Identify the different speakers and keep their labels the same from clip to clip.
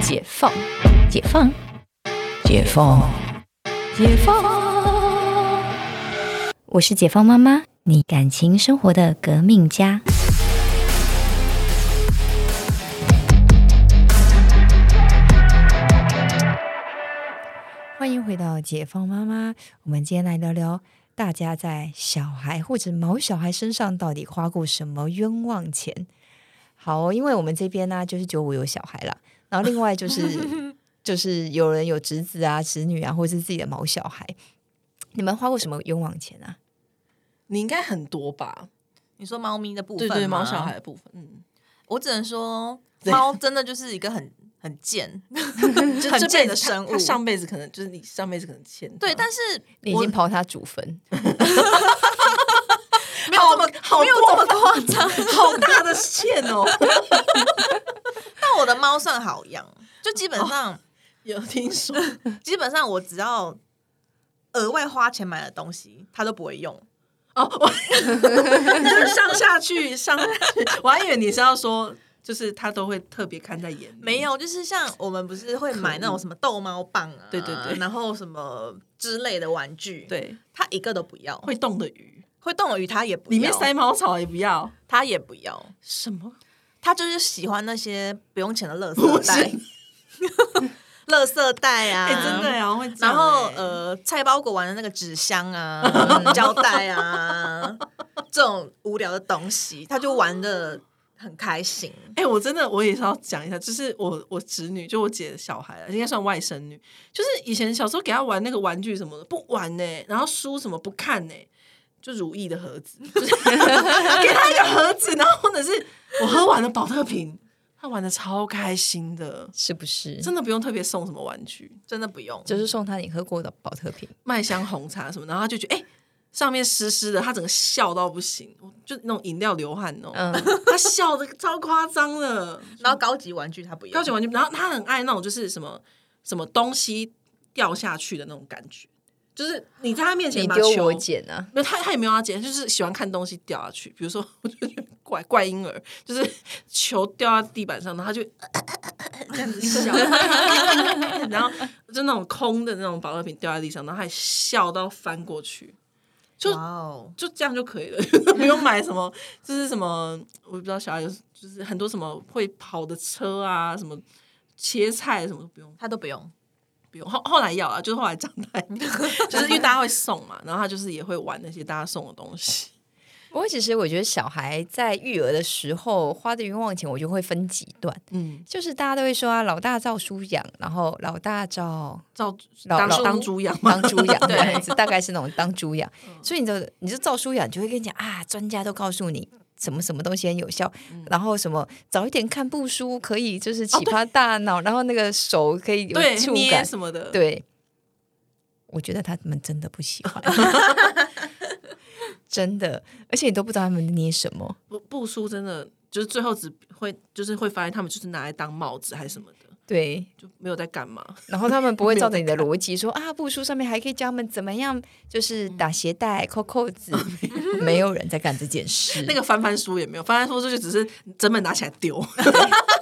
Speaker 1: 解放，解放，解放，解放。
Speaker 2: 我是解放妈妈，你感情生活的革命家。欢迎回到解放妈妈，我们今天来聊聊大家在小孩或者毛小孩身上到底花过什么冤枉钱。好哦、因为我们这边呢、就是九五有小孩啦，然后另外就是 就是有人有侄子啊、侄女啊，或是自己的毛小孩。你们花过什么冤枉钱啊？
Speaker 3: 你应该很多吧？
Speaker 4: 你说猫咪的部
Speaker 3: 对
Speaker 4: 分吗，
Speaker 3: 对，毛小孩的部分，嗯，
Speaker 4: 我只能说，
Speaker 3: 对
Speaker 4: 猫真的就是一个很很贱、
Speaker 3: 就
Speaker 4: 很
Speaker 3: 这
Speaker 4: 贱
Speaker 3: 辈
Speaker 4: 的
Speaker 3: 子他
Speaker 4: 生物
Speaker 3: 他。上辈子可能就是你上辈子可能欠他
Speaker 4: 对，但是
Speaker 2: 你已
Speaker 4: 我
Speaker 2: 经刨他祖坟，
Speaker 4: 没有这么
Speaker 3: 好
Speaker 4: 没有这么夸张。
Speaker 3: 好大的欠 哦。
Speaker 4: 但我的猫算好养，就基
Speaker 3: 哦
Speaker 4: 本上、
Speaker 3: 有听说
Speaker 4: 基本上我只要额外花钱买的东西，它都不会用。
Speaker 3: 哦，我 就是上下去上下去，我还以为你是要说，就是他都会特别看在眼里，
Speaker 4: 没有，就是像我们不是会买那种什么逗猫棒啊，
Speaker 3: 对对对
Speaker 4: 然后什么之类的玩具，，
Speaker 3: 对
Speaker 4: 它一个都不要。
Speaker 3: 会动的鱼，
Speaker 4: 会动的鱼它也不
Speaker 3: 里
Speaker 4: 要，
Speaker 3: 面塞猫草也不要，
Speaker 4: 它也不要，
Speaker 3: 什么
Speaker 4: 它就是喜欢那些不用钱的垃圾袋。 垃圾袋啊，
Speaker 3: 哎、真的呀，会这样
Speaker 4: 然后
Speaker 3: 哎，
Speaker 4: 呃，菜包裹完的那个纸箱啊、 胶带啊，这种无聊的东西，他就玩的很开心。
Speaker 3: 哎、我真的我也是要讲一下，就是我我侄女，就我姐的小孩啊，应该算外甥女，就是以前小时候给她玩那个玩具什么的，不玩呢、然后书什么不看呢、就如意的盒子，就是 给她一个盒子，然后或者是我喝完了保特瓶，她玩的超开心的，
Speaker 2: 是不是？
Speaker 3: 真的不用特别送什么玩具，
Speaker 4: 真的不用，
Speaker 2: 就是送他你喝过的保特瓶，
Speaker 3: 麦香红茶什么，然后她就觉得哎、上面湿湿的，她整个笑到不行，就那种饮料流汗哦，
Speaker 2: 嗯，
Speaker 3: 她笑的超夸张的。
Speaker 4: 然后高级玩具他不要，
Speaker 3: 高级玩具，然后他很爱那种就是什么什么东西掉下去的那种感觉，就是你在他面 前
Speaker 2: 你
Speaker 3: 把
Speaker 2: 丢
Speaker 3: 球
Speaker 2: 我，捡啊，
Speaker 3: 没有他他也没有要捡，就是喜欢看东西掉下去，比如说我就觉得怪怪婴儿，就是球掉到地板上，然后他就 这样子笑， 然后就那种空的那种保乐瓶掉在地上，然后还笑到翻过去。就
Speaker 4: 哇哦，
Speaker 3: 就这样就可以了， 不用买什么，就是什么，我不知道小孩有，就是很多什么会跑的车啊，什么切菜什么都不用
Speaker 4: 他都不用。
Speaker 3: 不用。后后来要啊，就是后来长大 一点，就是因为大家会送嘛，然后他就是也会玩那些大家送的东西。
Speaker 2: 不过其实我觉得小孩在育儿的时候花的冤枉钱，我就会分几段，
Speaker 3: 嗯，
Speaker 2: 就是大家都会说啊，老大照书养，然后老大照
Speaker 3: 照
Speaker 2: 老
Speaker 3: 当
Speaker 2: 老
Speaker 3: 当猪养嘛，
Speaker 2: 当猪 养，
Speaker 4: 对
Speaker 2: 对，大概是那种当猪养，
Speaker 3: 嗯
Speaker 2: 所以你就你就照书养，就会跟你讲啊，专家都告诉你。什么什么东西很有效，
Speaker 3: 嗯
Speaker 2: 然后什么早一点看布书可以就是启发大脑，然后那个手可以有
Speaker 3: 哦对
Speaker 2: 触
Speaker 3: 捏
Speaker 2: 感，
Speaker 3: 什么的，
Speaker 2: 对，我觉得他们真的不喜欢， 真的，而且你都不知道他们捏什么。
Speaker 3: 布布书真的就是最后只会就是会发现他们就是拿来当帽子还是什么的，
Speaker 2: 对，
Speaker 3: 就没有在干嘛。
Speaker 2: 然后他们不会照着你的逻辑说啊，布书上面还可以教他们怎么样，就是
Speaker 3: 嗯
Speaker 2: 打鞋带、扣扣 子，没有人在干这件事。
Speaker 3: 那个翻翻书也没有，翻翻书就只是整本拿起来丢，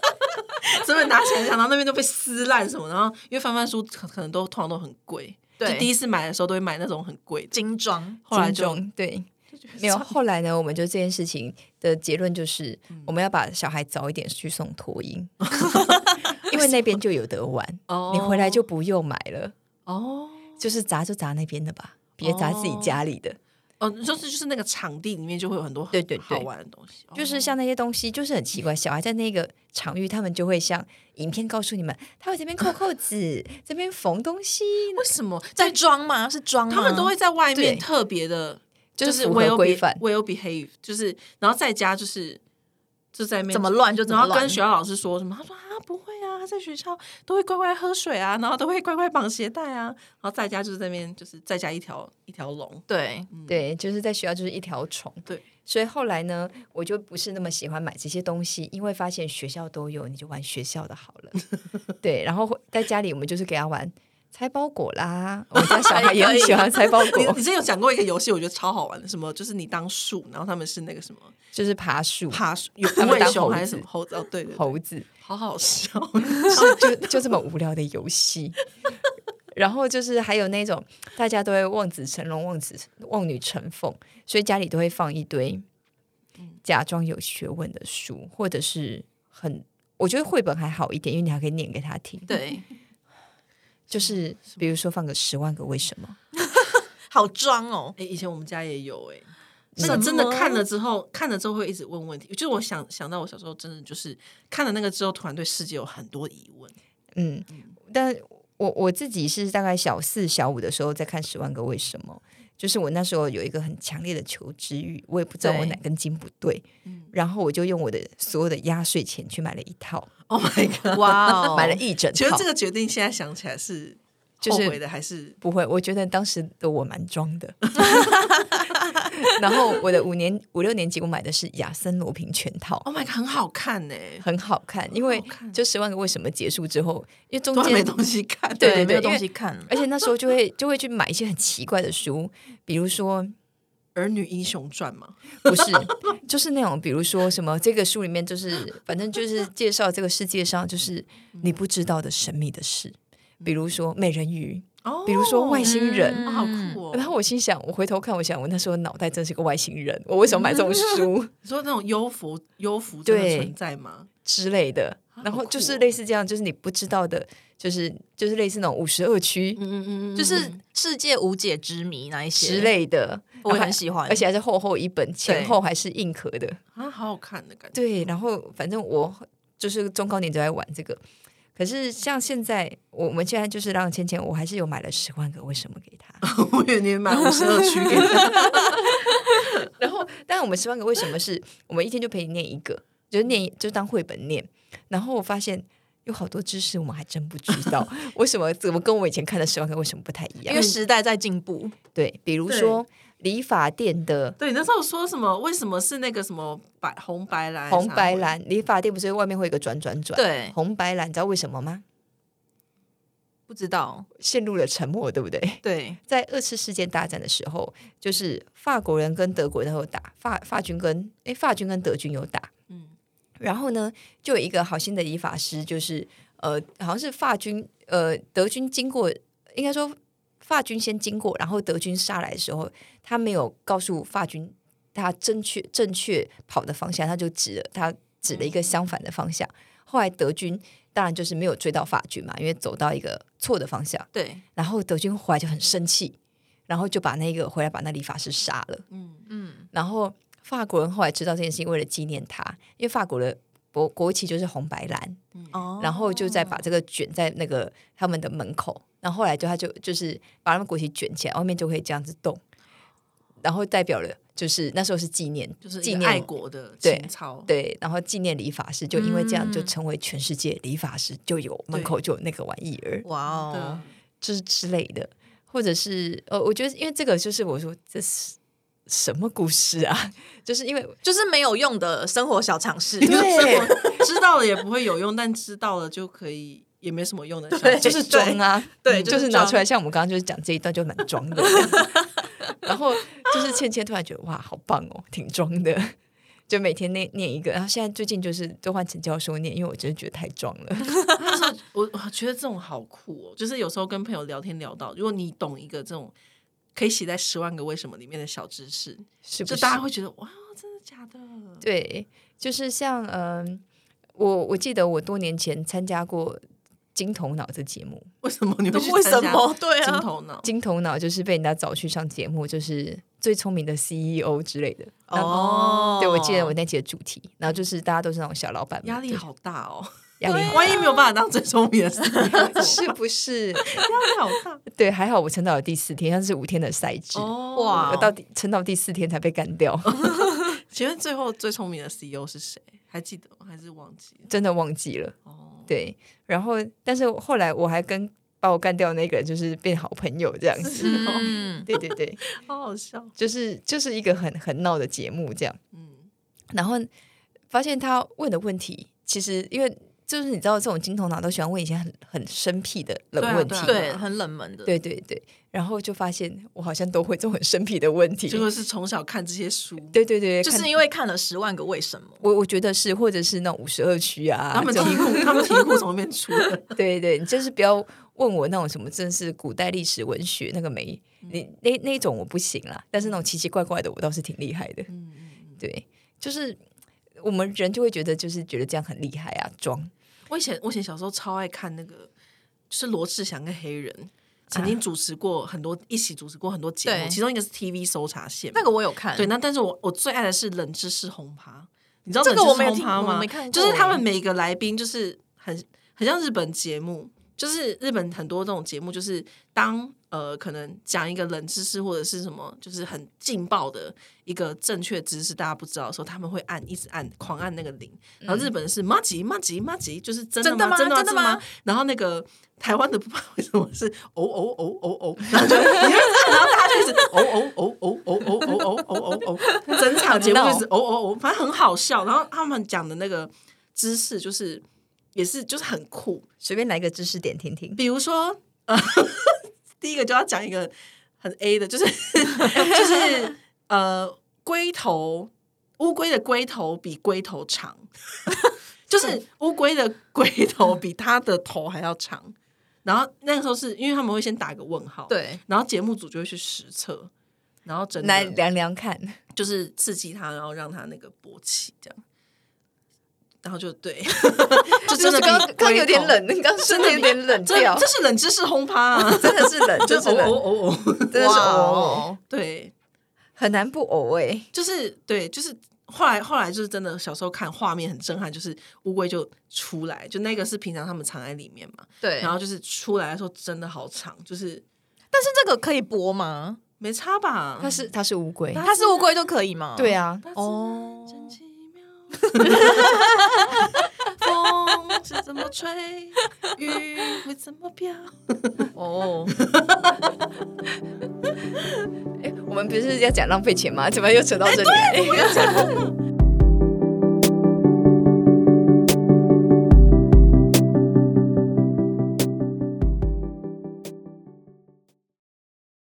Speaker 3: 整本拿起来，然后那边就被撕烂什么，然后因为翻翻书可可能都通常都很贵，
Speaker 4: 对
Speaker 3: 就第一次买的时候都会买那种很贵的，
Speaker 4: 精装，
Speaker 3: 后来
Speaker 2: 尊
Speaker 3: 就
Speaker 2: 重对。没有，后来呢？我们就这件事情的结论就是，
Speaker 3: 嗯
Speaker 2: 我们要把小孩早一点去送托 婴， 因为那边就有得玩，
Speaker 3: 哦
Speaker 2: 你回来就不用买了。
Speaker 3: 哦
Speaker 2: 就是砸就砸那边的吧，别砸自己家里的。
Speaker 3: 哦，就是就是那个场地里面就会有很多很
Speaker 2: 对对对
Speaker 3: 好玩的东西，哦
Speaker 2: 就是像那些东西，就是很奇怪。小孩在那个场域，他们就会像影片告诉你们，他会这边扣扣 子，这边缝东西，
Speaker 3: 为什么
Speaker 4: 在
Speaker 3: 在
Speaker 4: 装吗？是装吗，
Speaker 3: 他们都会在外
Speaker 2: 嗯对
Speaker 3: 面特别的，
Speaker 2: 就是
Speaker 3: 是
Speaker 2: 符合
Speaker 3: will
Speaker 2: 规范
Speaker 3: be will behave，就是然后在家就是就在面
Speaker 4: 怎么乱就怎
Speaker 3: 然
Speaker 4: 么
Speaker 3: 后
Speaker 4: 乱，
Speaker 3: 跟学校老师说什么？他说啊，不会啊，他在学校都会乖乖喝水啊，然后都会乖乖绑鞋带啊，然后在家就是这边就是在家一条一条龙，
Speaker 4: 对，
Speaker 2: 对，就是在学校就是一条虫。
Speaker 3: 对，
Speaker 2: 所以后来呢，我就不是那么喜欢买这些东西，因为发现学校都有，你就玩学校的好了。对，然后在家里我们就是给他玩拆包裹啦，我们家小孩也很喜欢拆包
Speaker 3: 你
Speaker 2: 裹
Speaker 3: 你，之前有讲过一个游戏，我觉得超好玩的，什么就是你当树，然后他们是那个什么
Speaker 2: 就是爬树、
Speaker 3: 爬树有
Speaker 2: 他
Speaker 3: 无
Speaker 2: 们
Speaker 3: 尾
Speaker 2: 当
Speaker 3: 熊
Speaker 2: 猴
Speaker 3: 还是
Speaker 2: 子
Speaker 3: 什么猴子？哦，对对对
Speaker 2: 猴子，
Speaker 3: 好好笑，
Speaker 2: 就就这么无聊的游戏。然后就是还有那种大家都会望子成龙、望子望女成凤，所以家里都会放一堆假装有学问的书，或者是很我觉得绘本还好一点，因为你还可以念给他听。，
Speaker 3: 对，
Speaker 2: 就是比如说放个十万个为什么，
Speaker 4: 好装 哦，
Speaker 3: 哎、以前我们家也有哎、
Speaker 2: 什
Speaker 3: 那个真的
Speaker 4: 么
Speaker 3: 看了之后，看了之后会一直问问题。就是我想想到我小时候，真的就是看了那个之后，突然对世界有很多疑问。
Speaker 2: 嗯，但我我自己是大概小四、小五的时候在看《十万个为什么》，就是我那时候有一个很强烈的求知欲，我也不知道我
Speaker 3: 对
Speaker 2: 哪根筋不对，嗯然后我就用我的所有的压岁钱去买了一套，
Speaker 3: Oh my god！
Speaker 4: 哇 哦
Speaker 2: 买了一整
Speaker 3: 请问
Speaker 2: 套
Speaker 3: 这。个决定现在想起来是
Speaker 2: 就
Speaker 3: 后
Speaker 2: 是
Speaker 3: 悔的，还是
Speaker 2: 不会，我觉得当时的我蛮装 的。然后我的五年五六年级，我买的是亚森罗平全套，
Speaker 3: Oh my god，很好看呢、
Speaker 2: 哦很好看。因为
Speaker 3: 好看
Speaker 2: 就《十万个为什么》结束之后，因为中
Speaker 3: 都还
Speaker 2: 间
Speaker 3: 没东西看。
Speaker 2: 对
Speaker 4: 没有
Speaker 2: 因为
Speaker 4: 东西看了，
Speaker 2: 而且那时候就会就会去买一些很奇怪的书，比如说
Speaker 3: 儿女英雄传》嘛，
Speaker 2: 不是，就是那种比如说什么这个书里面就是反正就是介绍这个世界上就是你不知道的神秘的事，比如说美人鱼，
Speaker 3: 哦
Speaker 2: 比如说外星人。
Speaker 3: 哦好酷哦。
Speaker 2: 然后我心想，我回头看，我想我那时候脑袋真是个外星人，我为什么买这种书
Speaker 3: 你说那种幽浮幽浮真的
Speaker 2: 对
Speaker 3: 存在吗？
Speaker 2: 之类的？
Speaker 3: 啊
Speaker 2: 然后就是
Speaker 3: 哦
Speaker 2: 类似这样，就是你不知道的，就是就是类似那种五十二区
Speaker 3: 嗯嗯嗯
Speaker 4: 就是世界无解之谜那一些
Speaker 2: 之，类的，
Speaker 3: 嗯
Speaker 4: 我也
Speaker 2: 然后
Speaker 4: 很喜欢
Speaker 2: 而且还是厚厚一本，前
Speaker 4: 对
Speaker 2: 后还是硬壳的。
Speaker 3: 啊，好好看的感觉。
Speaker 2: 对，然后反正我就是中高年都在玩这个。可是像现在，我们现在就是让芊芊，我还是有买了十万个为什么给 她。
Speaker 3: 我以为你买五十二区给他，
Speaker 2: 然后，但我们十万个为什么是我们一天就陪你念一个，就是念一就当绘本念。然后我发现有好多知识我们还真不知 道，为什么怎么跟我以前看的十万个为什么不太一
Speaker 4: 因
Speaker 2: 样
Speaker 4: 为？时代在进步，
Speaker 2: 对，比如
Speaker 3: 对
Speaker 2: 说理发店的
Speaker 3: 对，那时候说什么？为什么是那个什么白红白蓝？
Speaker 2: 红白，蓝，理发店不是外面会有一个转转转？，
Speaker 4: 对，
Speaker 2: 红白蓝，你知道为什么吗？
Speaker 4: 不知道，
Speaker 2: 陷入了沉默，对不对？
Speaker 4: 对，
Speaker 2: 在二次世界大战的时候，就是法国人跟德国人有打，法法军跟诶法军跟德军有打，
Speaker 3: 嗯，
Speaker 2: 然后呢，就有一个好心的理发师，就是呃，好像是法军呃德军经过，应该说法军先经过，然后德军杀来的时候，他没有告诉法军他正确正确跑的方向，他就指了他指了一个相反的方向。后来德军当然就是没有追到法军嘛，因为走到一个错的方向。
Speaker 4: 对，
Speaker 2: 然后德军回来就很生气，然后就把那个回来把那理发师杀了。
Speaker 4: 嗯，
Speaker 2: 然后法国人后来知道这件事情，为了纪念他，因为法国的国国旗就是红白蓝，
Speaker 3: 嗯
Speaker 4: 哦
Speaker 2: 然后就再把这个卷在那个他们的门口。然后后来就他就就是把他们国旗卷起来，外面就可以这样子动，然后代表了就是那时候是纪念，
Speaker 3: 就是
Speaker 2: 纪
Speaker 3: 一个
Speaker 2: 念
Speaker 3: 爱国的
Speaker 2: 对
Speaker 3: 情操。
Speaker 2: 对，然后纪念理发师，就因为这样
Speaker 4: 嗯
Speaker 2: 就成为全世界理发师，就有门口就有那个玩意儿。
Speaker 4: 哇
Speaker 3: 对
Speaker 4: 哦
Speaker 3: 啊，，
Speaker 2: 就是之类的，或者是呃，我觉得因为这个就是我说这是什么故事啊？ 就是因为
Speaker 4: 就是没有用的生活小常识，
Speaker 2: 对，
Speaker 3: 知道了也不会有用，但知道了就可以，也没什么用的。
Speaker 4: 对
Speaker 2: 就是装啊，
Speaker 4: 对
Speaker 2: 嗯
Speaker 4: 就
Speaker 2: 就是是拿
Speaker 4: 装
Speaker 2: 出来，像我们刚刚就是讲这一段就蛮装的， 然后就是倩倩突然觉得哇，好棒哦，挺装的。就每天念念一个，然后现在最近就是都换陈教授念，因为我真的觉得太装了。
Speaker 3: 我我觉得这种好酷哦，就是有时候跟朋友聊天聊到，如果你懂一个这种可以写在《十万个为什么》里面的小知识，
Speaker 2: 是不？
Speaker 3: 就是大家会觉得哇，真的假的？
Speaker 2: 对，就是像嗯、我我记得我多年前参加过金头脑这节目，
Speaker 3: 为什么你会去
Speaker 4: 为什
Speaker 3: 参加
Speaker 4: 么？对
Speaker 3: 金
Speaker 4: 啊，
Speaker 3: 头 脑？
Speaker 2: 金头脑就是被人家找去上节目，就是最聪明的 CEO 之类的。然后
Speaker 4: 哦，
Speaker 2: 对，我记得我那期的主题，然后就是大家都是那种小老板们，
Speaker 3: 压力
Speaker 2: 对，
Speaker 3: 好大哦！
Speaker 2: 压力
Speaker 3: 万一没有办法当最聪明的事，压
Speaker 2: 好， 是不是？
Speaker 3: 力好大
Speaker 2: 对，还好我撑到了第四天，像是五天的赛制，
Speaker 3: 哦！
Speaker 4: 哇
Speaker 2: 我到底撑到第四天才被干掉，
Speaker 3: 请问最后最聪明的 CEO 是谁？还记得吗？还是忘记 了？
Speaker 2: 真的忘记了。
Speaker 3: 哦，
Speaker 2: 对，然后但是后来我还跟把我干掉的那个人就是变好朋友这样 子。
Speaker 3: 是哦，
Speaker 4: 嗯，
Speaker 2: 对对对，
Speaker 3: 好好笑。
Speaker 2: 就是就是一个很很闹的节目这样。
Speaker 3: 嗯，
Speaker 2: 然后发现他问的问题，其实因为就是你知道这种金头脑都喜欢问一些很很生僻的冷问题嘛，
Speaker 3: 啊
Speaker 4: 对，很冷门的，，
Speaker 2: 对对对，然后就发现我好像都会这种很生僻的问题，
Speaker 3: 结果是从小看这些书，
Speaker 2: 对对对，
Speaker 4: 就
Speaker 2: 看
Speaker 4: 是因为看了《十万个为什么》，
Speaker 2: 我我觉得是，或者是那五十二区啊，
Speaker 3: 他们
Speaker 2: 这
Speaker 3: 题
Speaker 2: 种
Speaker 3: 库， 他们题库从那边出的，
Speaker 2: 对对，你就是不要问我那种什么，真是古代历史文学那个没，
Speaker 4: 嗯
Speaker 2: 你那那一种我不行啦。但是那种奇奇怪怪的，我倒是挺厉害的。
Speaker 4: 嗯
Speaker 2: 对，就是我们人就会觉得，就是觉得这样很厉害啊，装。
Speaker 3: 我以前我以前小时候超爱看那个，就是罗志祥跟黑人曾经主持过很多、一起主持过很多节目，
Speaker 4: 对
Speaker 3: 其中一个是 TV 搜查线嘛，
Speaker 4: 那个我有看，
Speaker 3: 对，那但是我我最爱的是冷知识轰趴，你知道
Speaker 4: 这
Speaker 3: 冷
Speaker 4: 个
Speaker 3: 知
Speaker 4: 我没
Speaker 3: 识
Speaker 4: 有
Speaker 3: 轰
Speaker 4: 听
Speaker 3: 趴
Speaker 4: 我
Speaker 3: 吗？
Speaker 4: 没看
Speaker 3: 就是他
Speaker 4: 过
Speaker 3: 们每个来宾就是很很像日本节目，就是日本很多这种节目，就是当呃可能讲一个冷知识或者是什么，就是很劲爆的一个正确知识，大家不知道的时候，他们会按一直按狂按那个铃，然后日本是妈吉妈吉妈吉，就是真的
Speaker 4: 真的
Speaker 3: 吗？
Speaker 4: 吗
Speaker 3: 真的吗？
Speaker 4: 真的
Speaker 3: 真的吗
Speaker 4: 吗？
Speaker 3: 然后那个。台湾的不知道为什么是哦哦哦哦哦，然后就你就然后大家就一直哦哦哦哦哦哦哦哦哦哦，整场节目就是哦哦哦，反正很好笑。然后他们讲的那个知识就是也是就是很酷，
Speaker 2: 随便来个知识点听听，
Speaker 3: 比如说， 呃、第一个就要讲一个很 A 的，就是就是呃，龟头乌龟的龟头比龟头长， 就是乌龟的龟头比它的头还要长。然后那个时候是因为他们会先打个问号，，
Speaker 4: 对，
Speaker 3: 然后节目组就会去实测，然后真
Speaker 2: 来
Speaker 3: 的
Speaker 2: 量量看。
Speaker 3: 就是刺激它，然后让它那个勃起这样。然后就对，
Speaker 2: 就
Speaker 3: 就真
Speaker 2: 是
Speaker 3: 的比
Speaker 2: 刚刚有点
Speaker 3: 龟头
Speaker 2: 冷，你刚真的有点冷
Speaker 3: 这
Speaker 2: 掉
Speaker 3: 这，是冷知识轰趴、啊，
Speaker 2: 真的是冷，
Speaker 3: 就
Speaker 2: 就是是
Speaker 3: 哦
Speaker 2: 冷，
Speaker 3: 哦哦哦，
Speaker 2: 真的是
Speaker 4: 哇
Speaker 2: 哦，
Speaker 4: 哦，
Speaker 3: 对，
Speaker 2: 很难不偶哎。
Speaker 3: 就是对，就是后来后来就是真的小时候看画面很震撼，就是乌龟就出来，就那个是平常他们藏在里面嘛，
Speaker 4: 对，
Speaker 3: 然后就是出来的时候真的好长，就是
Speaker 4: 但是这个可以播吗？
Speaker 3: 没差吧？
Speaker 2: 它是它是乌龟，
Speaker 4: 它是乌龟就可以吗？
Speaker 2: 对，啊，
Speaker 4: 哦
Speaker 3: 真奇妙。 风是怎么吹，雨会怎么飘？
Speaker 4: 哦，
Speaker 3: 啊
Speaker 2: 哎，我们不是要讲浪费钱吗？怎么又扯到这里来？